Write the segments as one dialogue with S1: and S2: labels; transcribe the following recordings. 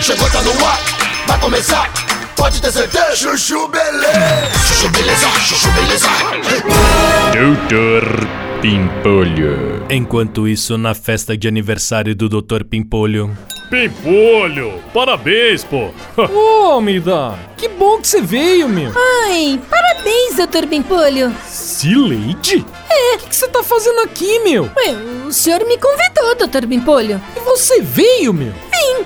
S1: Chegou, tá no ar, vai começar. Pode ter certeza. Chuchu beleza. Chuchu beleza, chuchu beleza.
S2: Doutor Pimpolho.
S3: Enquanto isso, na festa de aniversário do Dr. Pimpolho.
S4: Pimpolho! Parabéns, pô!
S3: Ô, Almeida! Que bom que você veio, meu!
S5: Ai, parabéns, doutor Pimpolho.
S3: Sileide? É, o que que você tá fazendo aqui, meu?
S5: Ué, o senhor me convidou, doutor Pimpolho.
S3: E você veio, meu?
S5: Sim.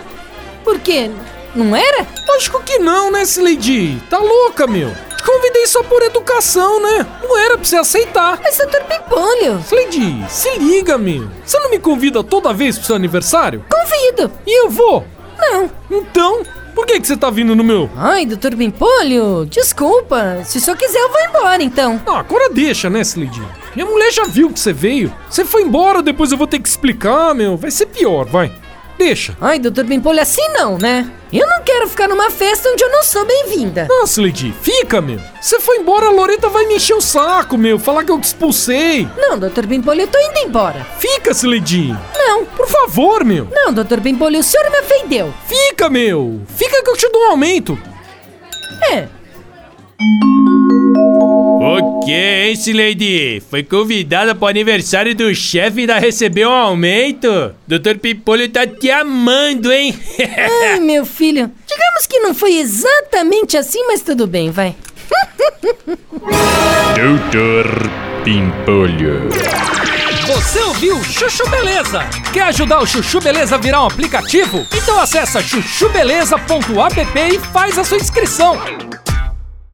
S5: Por quê? Não era?
S3: Lógico que não, né, Sileide? Tá louca, meu? Te convidei só por educação, né? Não era pra você aceitar.
S5: Mas doutor Pimpolho,
S3: Sileide, se liga, meu. Você não me convida toda vez pro seu aniversário?
S5: convido.
S3: E eu vou.
S5: Não.
S3: Então, por que que você tá vindo no meu?
S5: Ai, doutor Pimpolho, desculpa. Se o senhor quiser, eu vou embora, então.
S3: Ah, agora deixa, né, Slidinho? Minha mulher já viu que você veio. Você foi embora, depois eu vou ter que explicar, meu. Vai ser pior, vai. Deixa.
S5: Ai, doutor Pimpolho, assim não, né? Eu não quero ficar numa festa onde eu não sou bem-vinda.
S3: Nossa, Lady, fica, meu. Você foi embora, a Loreta vai me encher o saco, meu. Falar que eu te expulsei.
S5: Não, doutor Pimpolho, eu tô indo embora.
S3: Fica, Slidinho.
S5: Não.
S3: Por favor, meu.
S5: Não, doutor Pimpolho, o senhor me ofendeu.
S3: Fica, meu. Fica que eu te dou um aumento.
S5: É,
S2: O que, hein, Lady? Foi convidada pro aniversário do chefe e ainda recebeu um aumento? Doutor Pimpolho tá te amando, hein?
S5: Ai, meu filho, digamos que não foi exatamente assim, mas tudo bem, vai.
S2: Doutor Pimpolho.
S3: Você ouviu Chuchu Beleza? Quer ajudar o Chuchu Beleza a virar um aplicativo? Então acessa chuchubeleza.app e faz a sua inscrição.